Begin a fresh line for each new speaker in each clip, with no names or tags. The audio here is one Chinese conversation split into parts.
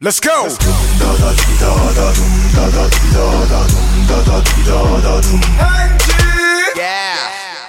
Let's go. Yeah.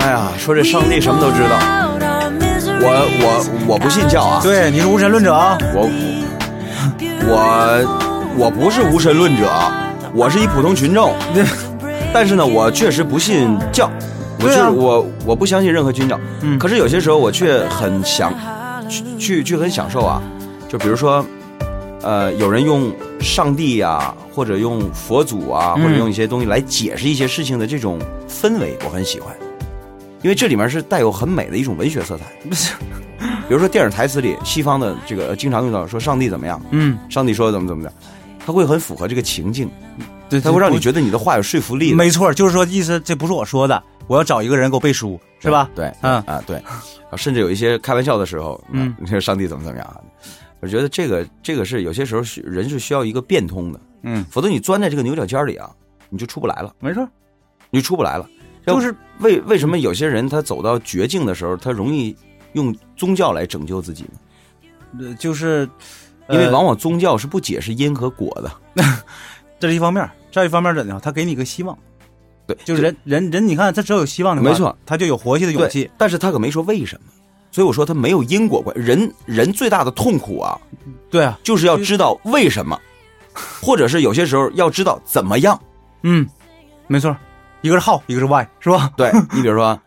哎呀，说这上帝什么都知道，我我我不信教啊，
对，你是无神论者啊？
我我我不是无神论者，啊我是一普通群众。但是呢，我确实不信教，我
对
就、
啊
我我不相信任何军教。
嗯
可是有些时候我却很享，去去去很享受啊，就比如说，呃，有人用上帝啊，或者用佛祖啊，
嗯
或者用一些东西来解释一些事情的这种氛围，我很喜欢，因为这里面是带有很美的一种文学色彩。
嗯
比如说电影台词里，西方的这个经常用到说上帝怎么样，
嗯，
上帝说怎么怎么的，它会很符合这个情境，
对，
它会让你觉得你的话有说服力的。
没错，就是说意思这不是我说的，我要找一个人给我背书，是吧？
对，
嗯
啊，对，啊甚至有一些开玩笑的时候，
嗯
嗯，你说上帝怎么怎么样啊？我觉得这个这个是有些时候是人是需要一个变通的，
嗯，
否则你钻在这个牛角尖儿里啊，你就出不来了，
没错，
你就出不来了。要
就是
为为什么有些人他走到绝境的时候，他容易用宗教来拯救自己呢？
呃就是，
因为
呃
往往宗教是不解释因和果的。
这是一方面，再一方面怎样？他给你个希望，
对，
就是人人人，你看他只要有希望的话，
没错，
他就有活下的
对
勇气。，
但是他可没说为什么。所以我说他没有因果关，人人最大的痛苦啊，
对啊，
就是要知道为什么，或者是有些时候要知道怎么样。
嗯，没错，一个是 how，一个是 why，是吧？
对你比如说，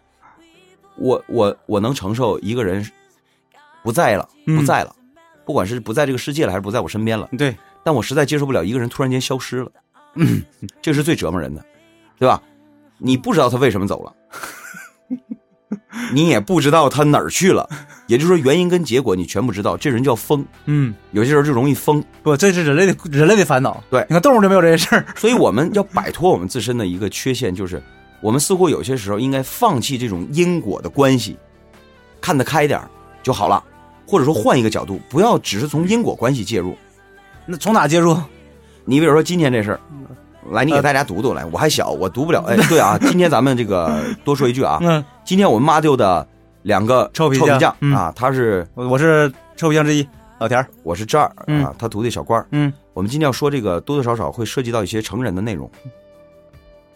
我我我能承受一个人不在了，
嗯
不在了，不管是不在这个世界了，还是不在我身边了，
对，
但我实在接受不了一个人突然间消失了，这是最折磨人的，对吧？你不知道他为什么走了，你也不知道他哪儿去了，也就是说原因跟结果你全不知道，这人叫疯，
嗯，
有些人就容易疯。
不，这是人类的人类的烦恼。
对
你看动物就没有这些事 儿。
所以我们要摆脱我们自身的一个缺陷，就是我们似乎有些时候应该放弃这种因果的关系，看得开点儿就好了，或者说换一个角度，不要只是从因果关系介入。
那从哪介入？
你比如说今天这事儿，来你给大家读读来，我还小，我读不了。哎，对啊，今天咱们这个多说一句啊，
嗯，
今天我们妈丢的两个
臭皮
皮
匠
匠
嗯
啊，他是
我我是臭皮匠之一，老田儿。
我是这儿
嗯
啊，他徒弟小官儿。
嗯，
我们今天要说这个多多少少会涉及到一些成人的内容。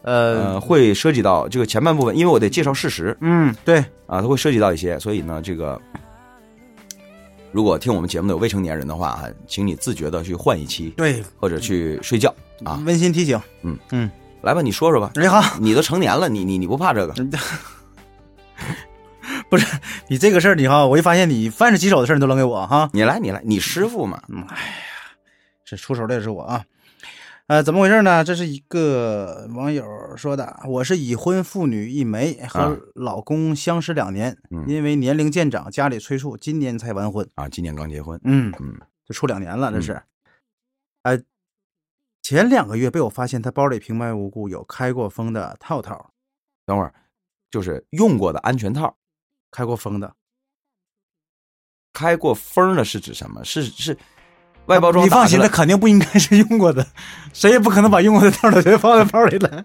呃，
呃，会涉及到这个前半部分，因为我得介绍事实
嗯，对，
啊，它会涉及到一些，所以呢，这个如果听我们节目的有未成年人的话，啊请你自觉的去换一期，
对，
或者去睡觉啊。哎
温馨提醒。
来吧，你说说吧，
你好，
你都成年了，你你你不怕这个？
你这个事儿，你哈，我一发现你凡是棘手的事儿，你都扔给我哈。
你来，你来，你师傅嘛，
这出手的也是我啊。呃，怎么回事呢？这是一个网友说的，我是已婚妇女一枚，
啊
和老公相识两年，
嗯
因为年龄渐长，家里催促，今年才完婚。
啊，今年刚结婚，
嗯
嗯，
就处两年了，这是。呃，前两个月被我发现他包里平白无故有开过封的套套，
等会儿就是用过的安全套，
开过封的
开过封儿的是指什么？是是外包装
你
打
放
开
心，
来
他肯定不应该是用过的，谁也不可能把用过的套儿全放在包里来。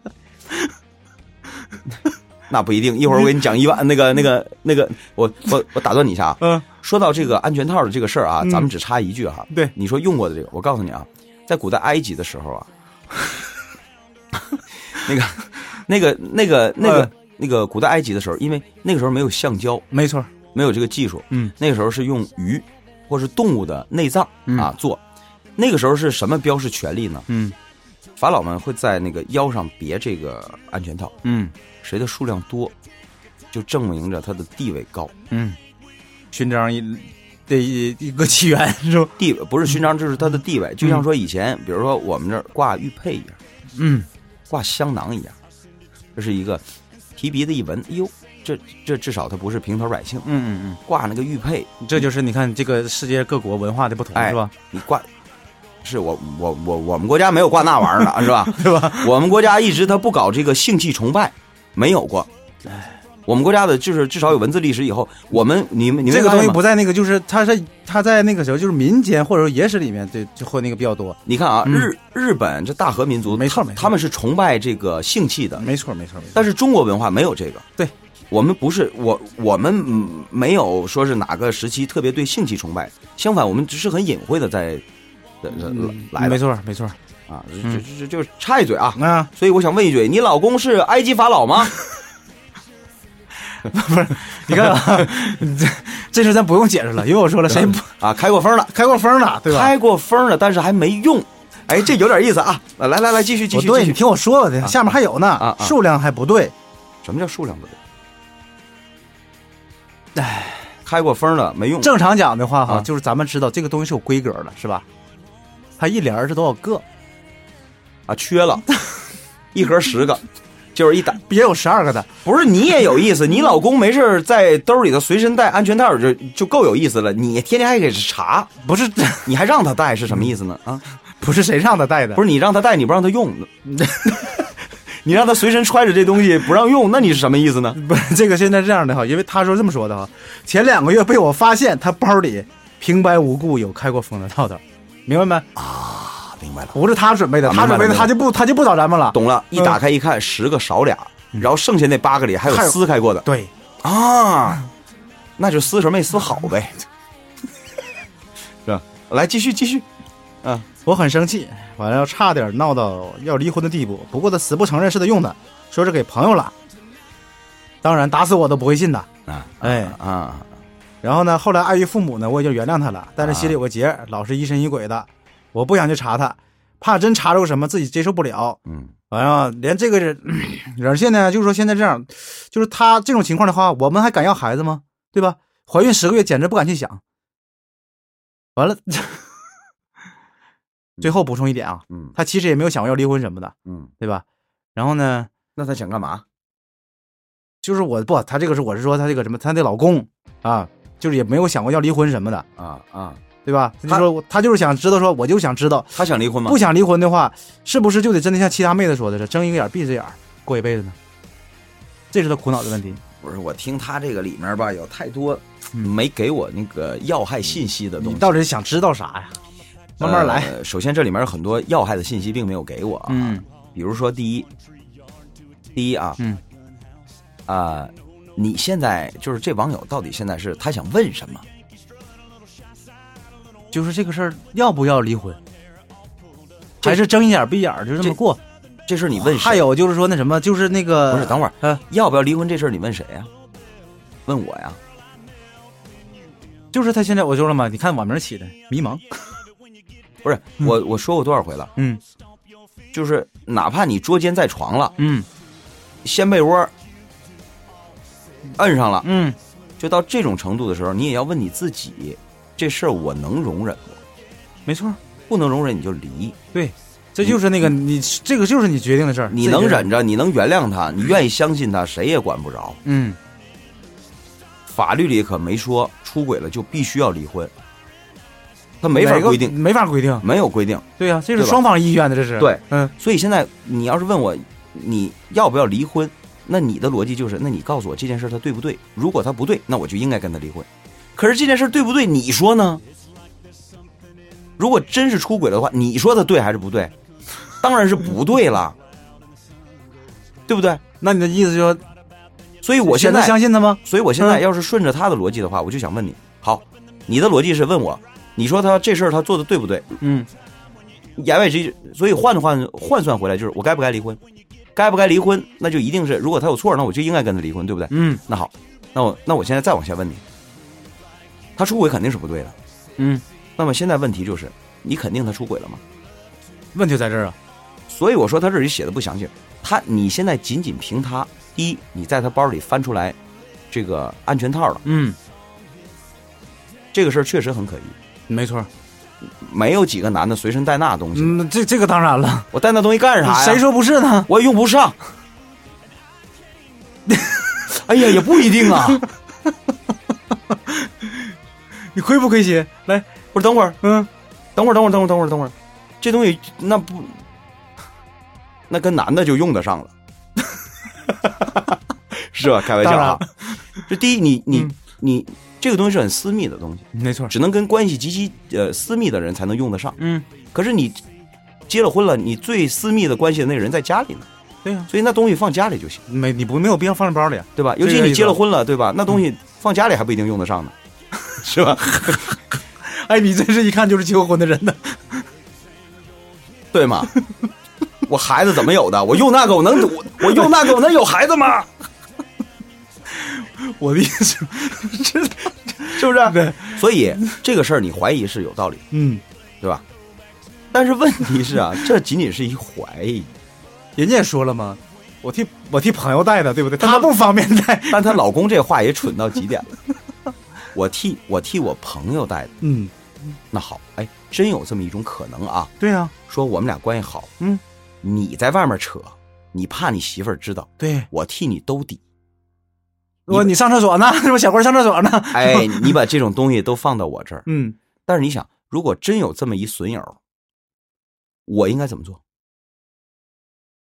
那不一定，一会儿我给你讲一万 那个那个那个，我我我打断你一下啊。
嗯，
说到这个安全套的这个事儿啊，
嗯
咱们只插一句哈。
对
你说用过的这个，我告诉你啊，在古代埃及的时候啊， 那个、那个、那个、那个、
嗯
那个古代埃及的时候，因为那个时候没有橡胶，
没错儿。
没有这个技术，
嗯，
那个时候是用鱼或是动物的内脏
嗯
啊做。那个时候是什么标示权利呢？
嗯
法老们会在那个腰上别这个安全套，
嗯
谁的数量多，就证明着他的地位高。
嗯，勋章一的一一个起源是吧？
地不是勋章，就是他的地位。就像说以前，比如说我们这儿挂玉佩一样，
嗯，
挂香囊一样，这是一个提鼻子一闻，哎呦，这这至少它不是平头百姓。
嗯嗯
挂那个玉佩，
嗯，这就是你看这个世界各国文化的不同
哎
是吧？
你挂，是我我我我们国家没有挂那玩意儿的，是吧？
对吧？
我们国家一直他不搞这个性器崇拜，没有过。我们国家的就是至少有文字历史以后，我们你们你们
这个
看
东西
吗
不在那个，就是它在它在那个时候就是民间或者说野史里面，对，就会那个比较多。
你看啊，
嗯
日日本这大和民族，
没错
他
没错
他们是崇拜这个性器的，
啊没错没错没错。
但是中国文化没有这个。
对，
我们不是我我们嗯没有说是哪个时期特别对性器崇拜，相反我们只是很隐晦的在呃呃
嗯没
来的
错没错
啊，这
嗯
这这就是插一嘴啊。
啊，
所以我想问一句，你老公是埃及法 老吗？
你看 啊这这事咱不用解释了，因为我说了谁不
啊，开过风了，
嗯开过风了，对吧？
开过风了，但是还没用。哎，这有点意思啊！啊来来来，继续继
不
续
对，
继
你
续。
听我说吧，下面还有
啊
呢，
啊
数量还不对，
什么叫数量不对？哎，开过风了没用。
正常讲的话哈，
啊
就是咱们知道这个东西是有规格的，是吧？它一帘儿是多少个？
啊，缺了一盒十个，就是一打。
别有十二个的，
不是你也有意思，你老公没事儿在兜里头随身带安全套就就够有意思了，你天天还给查，
不是
你还让他带是什么意思呢？啊，
不是谁让他带的，
不
是
是你让他带，你不让他用， 你让他随身揣着这东西不让用，那你是什么意思呢？
不是这 个现在这样的哈，因为他说这么说的哈，前两个月被我发现他包里平白无故有开过封的套套，明白没？
啊，明白了，
不是他准备的，
啊
他准备
明白了
的他就不他就不找咱们了，
懂了，一打开一看，十个少俩，然后剩下那八个里还有
嗯还有
撕开过的
对，
啊，那就撕扯没撕好呗，是吧？来继续继续，啊。
我很生气，完了差点闹到要离婚的地步。不过他死不承认是他用的，说是给朋友了。当然打死我都不会信的。
啊，
哎
啊，
然后呢，后来碍于父母呢，我也就原谅他了，但是心里有个结，老是疑神疑鬼的。我不想去查他，怕真查出什么自己接受不了。
嗯，
完了，连这个 人，而且呢，就是说现在这样，就是他这种情况的话，我们还敢要孩子吗？对吧？怀孕十个月简直不敢去想。完了， 最后补充一点啊，
嗯
他其实也没有想过要离婚什么的，
嗯，
对吧？然后呢，
那他想干嘛？
就是我不，他这个是我是说他这个什么，他的老公啊，就是也没有想过要离婚什么的，
啊啊，
对吧？他就
他
说我他就是想知道说，我就想知道，
他想离婚吗？
不想离婚的话，是不是就得真的像其他妹子说的是睁一个眼闭一只眼儿过一辈子呢？这是他苦恼的问题。
不是，我听他这个里面吧，有太多
嗯
没给我那个要害信息的东
你
西。
到底想知道啥呀？慢慢来。
呃首先，这里面有很多要害的信息并没有给我啊。
嗯，
比如说，第一，第一啊，
嗯，
啊、你现在就是这网友到底现在是他想问什么？
就是这个事儿要不要离婚，还是睁一眼儿闭一眼儿就这么
这
过？
这事儿你问谁？
还有就是说那什么，就是那个
不是，等会儿
啊，
要不要离婚这事儿你问谁呀、问我呀？
就是他现在我说了嘛，你看网名起的迷茫，
不是，我我说过多少回了，
嗯
就是哪怕你捉奸在床了，
嗯
掀被窝，摁上了，
嗯，
就到这种程度的时候，你也要问你自己，这事儿我能容忍吗？
没错儿，
不能容忍你就离，
对，这就是那个你这个就是你决定的事儿，
你
自己
能
决定
忍，着，你能原谅他，你愿意相信他，谁也管不着。
嗯，
法律里可没说出轨了就必须要离婚，他没
哪
法
个
规定，
没法规定，
没有规定。
对呀，这
对
是
吧
双方意愿的，这是
对，
嗯，
所以现在你要是问我你要不要离婚，那你的逻辑就是，那你告诉我这件事儿它对不对？如果它不对，那我就应该跟他离婚。可是这件事儿对不对？你说呢？如果真是出轨了的话，你说他对还是不对？当然是不对了， 对不对？
那你的意思就是
所以我
选
现
择
在，
相信他吗？
所以我现在
嗯
要是顺着他的逻辑的话，我就想问你，好，你的逻辑是问我，你说他这事儿他做的对不对？
嗯，
言外之意，所以换换换算回来就是我该不该离婚，该不该离婚，那就一定是如果他有错，那我就应该跟他离婚，对不对？
嗯
那好，那我那我现在再往下问你，他出轨肯定是不对的。
嗯，
那么现在问题就是，你肯定他出轨了吗？
问题就在这儿啊，
所以我说他这里写的不详细，他你现在仅仅凭他，第一，你在他包里翻出来这个安全套了，
嗯
这个事儿确实很可疑，
没错，
没有几个男的随身带那东西。
嗯，这这个当然了，
我带那东西干啥呀？
谁说不是呢？
我也用不上？ 哎呀，也不一定啊。
你亏不亏心？来，
不是，等会儿，
嗯，
等会儿，等会儿，等会儿，等会儿，等会儿，这东西那不，那跟男的就用得上了， 是吧？开玩笑啊
当。
这第一，你你、
嗯
你这个东西是很私密的东西，
没错，
只能跟关系极其呃私密的人才能用得上。
嗯，
可是你结了婚了，你最私密的关系的那人在家里呢，
对啊呀、
所以那东西放家里就行，
没你不没有必要放在包里，啊
对吧？
这
尤
个
其你
意思嗯
结了婚了，对吧？那东西放家里还不一定用 得上呢，是吧？
哎，你真是一看就是结过婚的人呢。
对吗？我孩子怎么有的？我用那个我能我我用那个我能有孩子吗？
我的意思， 真的，
是不是？
对，
所以这个事儿你怀疑是有道理，
嗯，
对吧？但是问题 是啊，这仅仅是一怀疑，
人家也说了嘛，我替我替朋友带的，对不对？
他
他不方便带，
但她老公这话也蠢到极点了。我替我替我朋友带的，
嗯，
那好，哎，真有这么一种可能啊，
对呀、
说我们俩关系好，
嗯，
你在外面扯，你怕你媳妇儿知道，
对，
我替你兜底，
我你上厕所呢， 是吧？小辉上厕所呢，
哎，你把这种东西都放到我这儿，
嗯，
但是你想，如果真有这么一损友儿，我应该怎么做？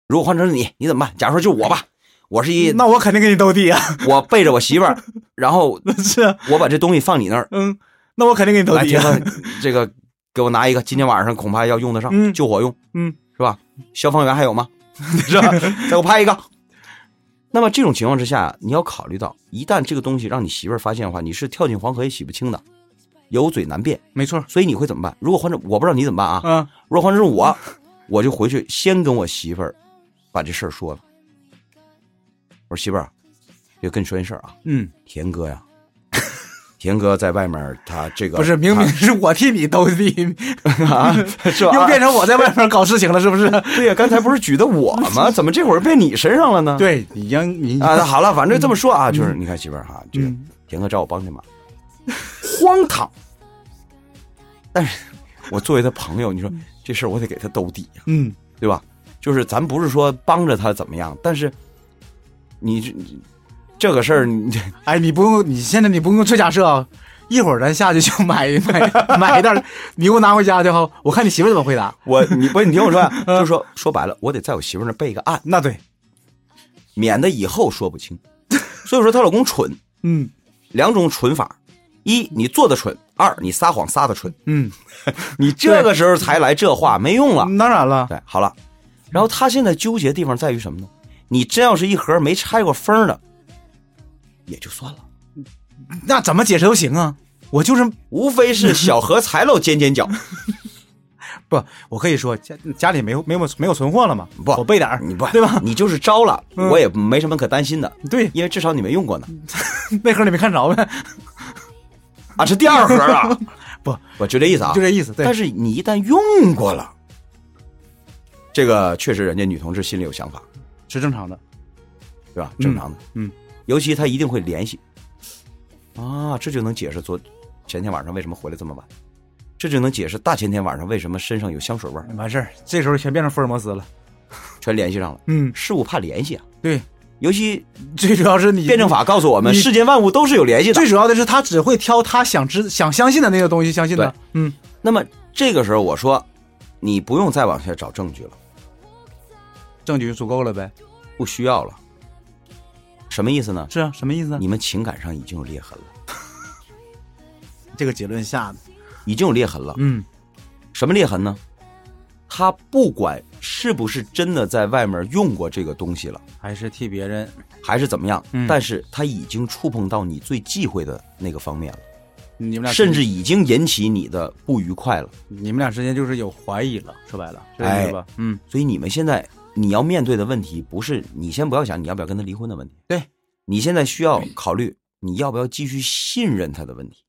如果换成是你，你怎么办？假如说就是我吧，我是一
那我肯定给你兜底啊，
我背着我媳妇儿，然后
是啊，
我把这东西放你那儿，
嗯，那我肯定给你兜
来，
底
天
啊，
哥，这个给我拿一个，今天晚上恐怕要用得上，
嗯
救火用，
嗯，
是吧？消防员还有吗？ 是吧？再给我拍一个。 那么这种情况之下，你要考虑到，一旦这个东西让你媳妇儿发现的话，你是跳进黄河也洗不清的，有嘴难辩。
没错，
所以你会怎么办？如果换成我不知道你怎么办啊？
啊，
如果换成是我， 我就回去先跟我媳妇儿把这事儿说了。我说媳妇儿啊，就跟你说件事儿啊，
嗯，
田哥呀，田哥在外面儿他这个
不是，明明是我替你兜 底，
啊，是吧？啊
又变成我在外面搞事情了，是不是？
对呀，刚才不是举的我吗？怎么这会儿变你身上了呢？
对，你让你
啊，那好了，反正这么说啊，就是你看媳妇儿哈，这个
嗯
田哥找我帮你忙，荒唐。但是，我作为他朋友，你说这事儿我得给他兜底呀。
嗯，
对吧？就是咱不是说帮着他怎么样，但是你这你这个事儿，你这
哎，你不用，你现在你不用做假设啊，一会儿咱下去就买买买一袋儿，你给我拿回家去哈，我看你媳妇儿怎么回答。
我你不是你听我说呀，啊就是说说白了，我得在我媳妇儿那儿备个案，
那对，
免得以后说不清。所以说她老公蠢，
嗯
两种蠢法：一你做的蠢，二你撒谎撒的蠢。
嗯，
你这个时候才来这话没用了。
当然了，
对，好了，然后她现在纠结的地方在于什么呢？你真要是一盒没拆过封儿的，也就算了。
那怎么解释都行啊。我就是
无非是小荷才露 尖尖角，
不，我可以说家家里没有没有没有存货了嘛，
不
我备点儿，
你不
对吧？
你就是招了，
嗯
我也没什么可担心的，
对， 嗯
因为至少你没用过呢。
那盒你没看着呗，
啊，这第二盒啊，
不，
我就这意思啊，
就这意思。对
但，是你一旦用过了，这个确实人家女同志心里有想法，
是正常的。
对吧？正常的，
嗯
尤其她一定会联系。啊，这就能解释昨前天晚上为什么回来这么晚，这就能解释大前天晚上为什么身上有香水味儿，
完事儿，这时候全变成福尔摩斯了。
全联系上了。
嗯，
事物怕联系啊，
对，
尤其
最主要是你
辩证法告诉我们，
你
世间万物都是有联系的。
最主要的是他只会挑他想知、想相信的那个东西相信的
对。
嗯，
那么这个时候我说，你不用再往下找证据了，
证据就足够了呗。
不需要了。什么意思呢？
是啊，什么意思啊？
你们情感上已经有裂痕了，
这个结论下的，
已经有裂痕了。
嗯，
什么裂痕呢？他不管是不是真的在外面用过这个东西了，
还是替别人，
还是怎么样，
嗯
但是他已经触碰到你最忌讳的那个方面了，
你们俩
甚至已经引起你的不愉快了。
你们俩之间就是有怀疑了。说白了，
这意
对
思
吧
吧？
嗯，
所以你们现在你要面对的问题，不是你先不要想你要不要跟他离婚的问题，
对
你现在需要考虑你要不要继续信任他的问题。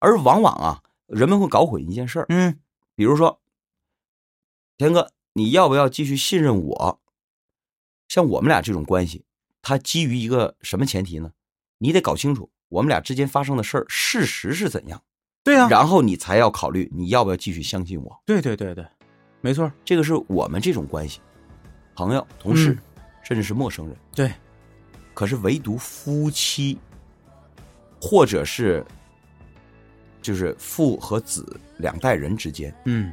而往往啊，人们会搞混一件事儿，
嗯，
比如说，田哥，你要不要继续信任我？像我们俩这种关系，它基于一个什么前提呢？你得搞清楚我们俩之间发生的事儿事实是怎样，
对啊呀、
然后你才要考虑你要不要继续相信我。
对对对对，没错，
这个是我们这种关系，朋友、同事，甚至是陌生人。
对，
可是唯独夫妻，或者是就是父和子两代人之间
嗯，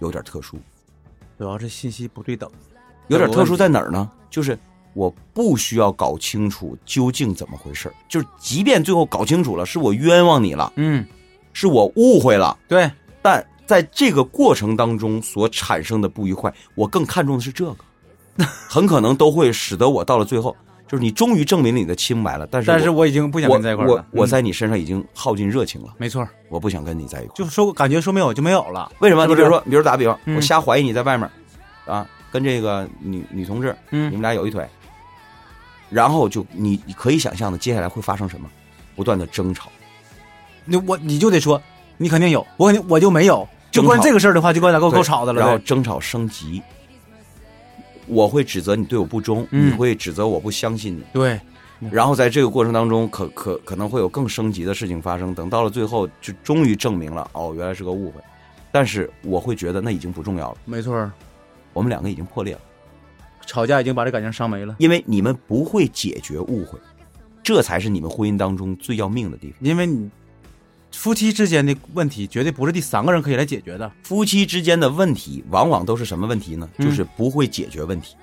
有点特殊，
主要是信息不对等，
有点特
有问
殊
题
在哪儿呢？就是我不需要搞清楚究竟怎么回事儿，就是即便最后搞清楚了，是我冤枉你了，
嗯，
是我误会了，
对，
但在这个过程当中所产生的不愉快，我更看重的是这个，很可能都会使得我到了最后，就是你终于证明了你的清白了，但是
但是
我
我已经不想
我
跟你在一块儿
我
了，嗯
我在你身上已经耗尽热情了，
没错，
我不想跟你在一块儿。
就说感觉说没有就没有了，
为什么？
是
你
不
比
是
如说，比如打比方，
嗯
我瞎怀疑你在外面，啊，跟这个女女同志，你
嗯，
们俩有一腿，然后就你你可以想象的，接下来会发生什么？不断的争吵，
那我你就得说你肯定有，我肯定我就没有，就
争
关
吵
这个事儿的话，就关咱够
对
够吵的了，
然后
对
争吵升级。我会指责你对我不忠，
嗯
你会指责我不相信你，
对，
然后在这个过程当中可，可可能会有更升级的事情发生。等到了最后，就终于证明了，哦，原来是个误会。但是我会觉得那已经不重要了，
没错，
我们两个已经破裂了，
吵架已经把这感情伤没了，
因为你们不会解决误会，这才是你们婚姻当中最要命的地方。
因为你夫妻之间的问题绝对不是第三个人可以来解决的，
夫妻之间的问题往往都是什么问题呢？
嗯
就是不会解决问题。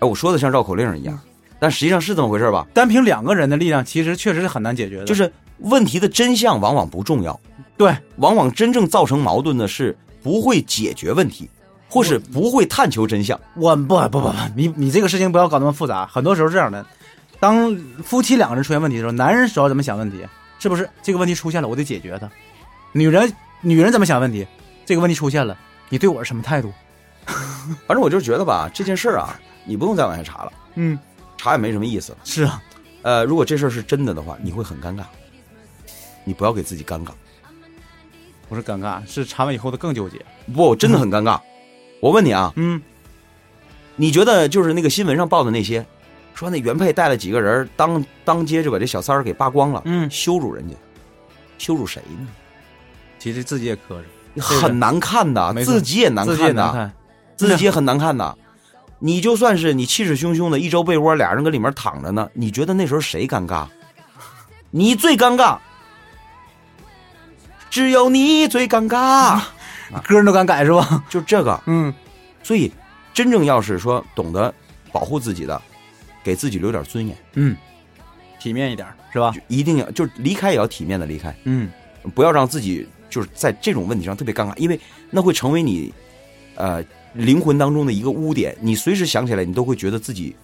哎，我说的像绕口令一样，
嗯
但实际上是这么回事吧？
单凭两个人的力量，其实确实是很难解决的，
就是问题的真相往往不重要，
对，
往往真正造成矛盾的是不会解决问题，或是不会探求真相。
我不不不不，你你这个事情不要搞那么复杂。很多时候是这样的，当夫妻两个人出现问题的时候，男人主要怎么想问题？是不是这个问题出现了，我得解决它？女人女人怎么想问题？这个问题出现了，你对我是什么态度？
反正我就觉得吧，这件事儿啊，你不用再往下查了，
嗯，
查也没什么意思了。
是啊，
呃，如果这事儿是真的的话，你会很尴尬，你不要给自己尴尬。
不是尴尬，是查完以后的更纠结。
不，真的很尴尬。我问你啊，
嗯，
你觉得就是那个新闻上报的那些，说那原配带了几个人儿当当街就把这小三儿给扒光了，
嗯
羞辱人家，羞辱谁呢？
其实自己也磕碜，对
很难看的，
没错
自己也难
自己也
看
难
的，
看。
自己也很难看的。你就算是你气势汹汹的一周被窝，俩人搁里面躺着呢，你觉得那时候谁尴尬？你最尴尬，只有你最 尴尬，
歌都敢改是吧？
就这个。
嗯，
所以，真正要是说懂得保护自己的，给自己留点尊严。
体面一点是吧？
就一定要就是离开也要体面的离开，
嗯，
不要让自己就是在这种问题上特别尴尬，因为那会成为你呃灵魂当中的一个污点。你随时想起来，你都会觉得自己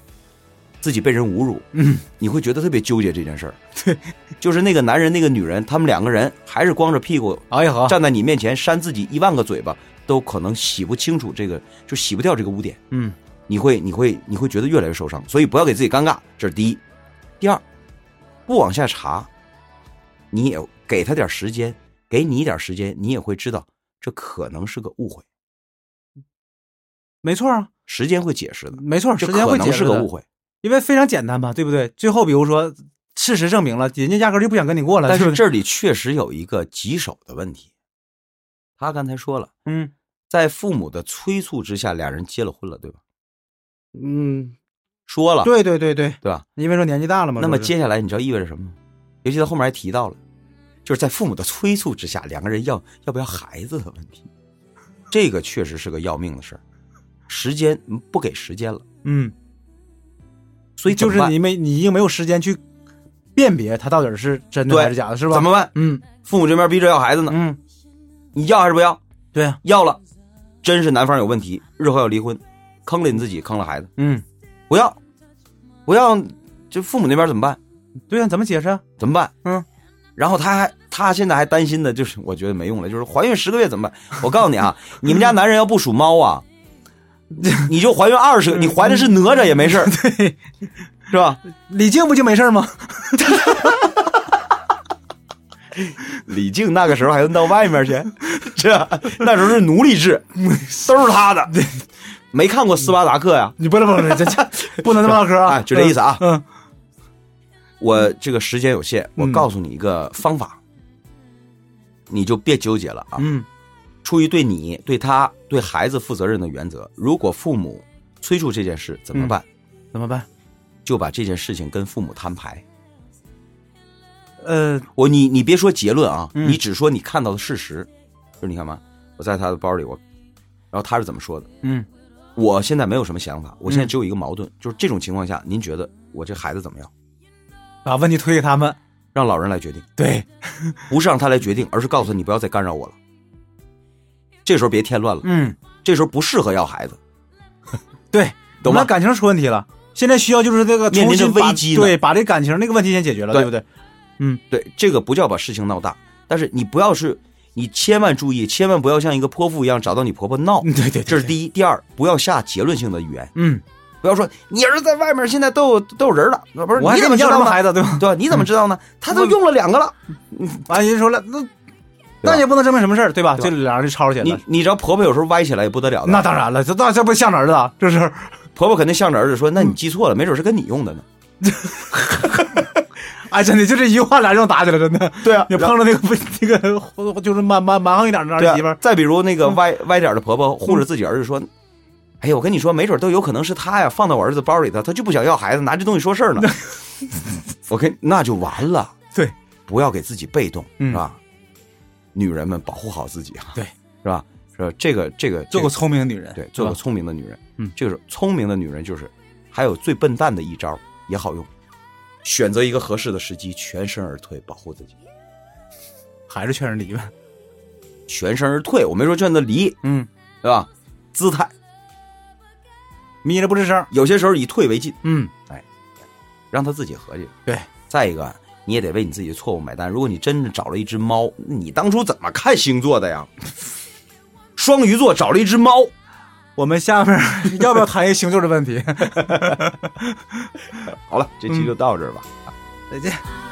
自己被人侮辱，
嗯，
你会觉得特别纠结这件事儿。对，就是那个男人那个女人，他们两个人还是光着屁股
熬夜喝，
站在你面前扇自己一万个嘴巴，都可能洗不清楚这个，就洗不掉这个污点。
嗯，
你会你会你会觉得越来越受伤，所以不要给自己尴尬，这是第一。第二，不往下查，你也给他点时间，给你一点时间，你也会知道这可能是个误会，
没错啊，
时间会解释的，
没错，
这
时间会
可
解
能
释
是个
的
误。会，
因为非常简单嘛，对不对？最后比如说，事实证明了，人家压根儿就不想跟你过了，
但
对不
是
对
这里确实有一个棘手的问题。他刚才说了，
嗯
在父母的催促之下，俩人结了婚了，对吧？
嗯，
说了，
对对对对，
对吧？
因为说年纪大了嘛，
那么
说是
接下来你知道意味着什么吗？尤其他后面还提到了，就是在父母的催促之下，两个人要要不要孩子的问题，这个确实是个要命的事儿。时间嗯不给时间了，
嗯，
所以
就
怎么
是
办
你没你已经没有时间去辨别它到底是真的
对
还是假的，是吧？
怎么办？
嗯
父母这边逼着要孩子呢，
嗯，
你要还是不要？
对啊，
要了，真是男方有问题，日后要离婚，坑了你自己，坑了孩子。
嗯
不要，不要，就父母那边怎么办？
对啊，怎么解释啊？
怎么办？
嗯，
然后他还他现在还担心的就是，我觉得没用了，就是怀孕十个月怎么办？我告诉你 啊，你们家男人要不属猫啊，你就怀孕二十个，
嗯
你怀的是哪吒也 没事儿，是吧？
李静不就没事儿 吗？
李靖那个时候还能到外面去， 这那时候是奴 隶制，都是他的。没看过斯巴达克呀、 哎
你不能不能这这不能这么唠嗑啊！
哎就这意思啊
嗯，
我这个时间有限，我
嗯
告诉你一个方法，你就别纠结了啊。
嗯
出于对你、对他、对孩子负责任的原则，如果父母催促这件事怎
嗯
么办？
怎么办？
就把这件事情跟父母摊牌。
呃，
我你你别说结论啊，
嗯
你只说你看到的事实，就是你看嘛，我在他的包里，我，然后他是怎么说的？
嗯
我现在没有什么想法，我现在
嗯
只有一个矛盾，就是这种情况下，您觉得我这孩子怎么样？
把问题推给他们，
让老人来决定，
对，
不是让他来决定，而是告诉他你不要再干扰我了。这时候别添乱了，
嗯
这时候不适合要孩子，
对，
懂吗
那感情出问题了，现在需要就是这个
面临
重
着
新把
危机呢
对，把这感情那个问题先解决了，
对
对不对？
对，这个不叫把事情闹大，但是你不要是，你千万注意，千万不要像一个泼妇一样找到你婆婆闹，
嗯对对对
这是第一。第二，不要下结论性的语言，
嗯，
不要说你儿子在外面现在都有都有人了，不是？
我还
你
跟
怎么
你
知
要什
道
么
呢？
孩子，对吧？
对吧？你怎么知道呢？他都用了两个了，
完，哎人家说了，那那也不能证明什么事儿，对吧？
对吧
这俩人就吵起来
你
了。
你知道婆婆有时候歪起来也不得了
嗯
的，
那当然了，这那这不像儿子啊，这是
婆婆肯定向着儿子说，那
嗯
你记错了，没准是跟你用的呢。
哎，真的就这一句话，俩人就打起来，真的。
对啊
你碰着那个那个就是蛮蛮蛮横一点的
对
儿媳妇
啊
儿，，
再比如那个
嗯
歪歪点的婆婆护着自己儿子说。哎呀，我跟你说，没准都有可能是他呀，放到我儿子包里头，他就不想要孩子，拿这东西说 事儿呢。我跟那就完了，
对，
不要给自己被动，
嗯
是吧？女人们保护好自己啊，
对，
是吧？是吧这个这个
做个
这
聪明的女人，
对，做个
是吧
聪明的女人，
嗯
这个是聪明的女人就是，还有最笨蛋的一招也好用，选择一个合适的时机，全身而退，保护自己，
还是劝人离呗。
全身而退。我没说劝她离，
嗯，
对吧？姿态
眯着不吱声。
有些时候以退为进，
嗯，
让他自己合计。
对，
再一个，你也得为你自己的错误买单。如果你真的找了一只猫，你当初怎么看星座的呀？ 双鱼座找了一只猫，
我们下面 要不要谈一星座的问题？
好了，这期就到这儿吧。
再
「あなたのこ
见。
とを」